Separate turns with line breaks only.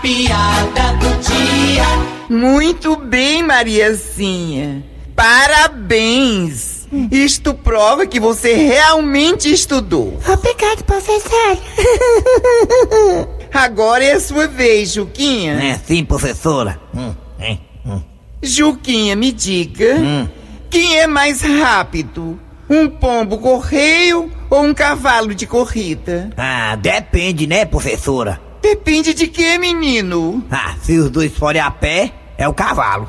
piada do dia.
Muito bem, Mariazinha. Parabéns. Isto prova que você realmente estudou.
Obrigado, professor.
Agora é a sua vez, Juquinha.
É sim, professora. Hum, hein, hum.
Juquinha, me diga.
Hum.
Quem é mais rápido? Um pombo correio ou um cavalo de corrida?
Ah, depende, né, professora?
Depende de que, menino?
Ah, se os dois forem a pé, é o cavalo.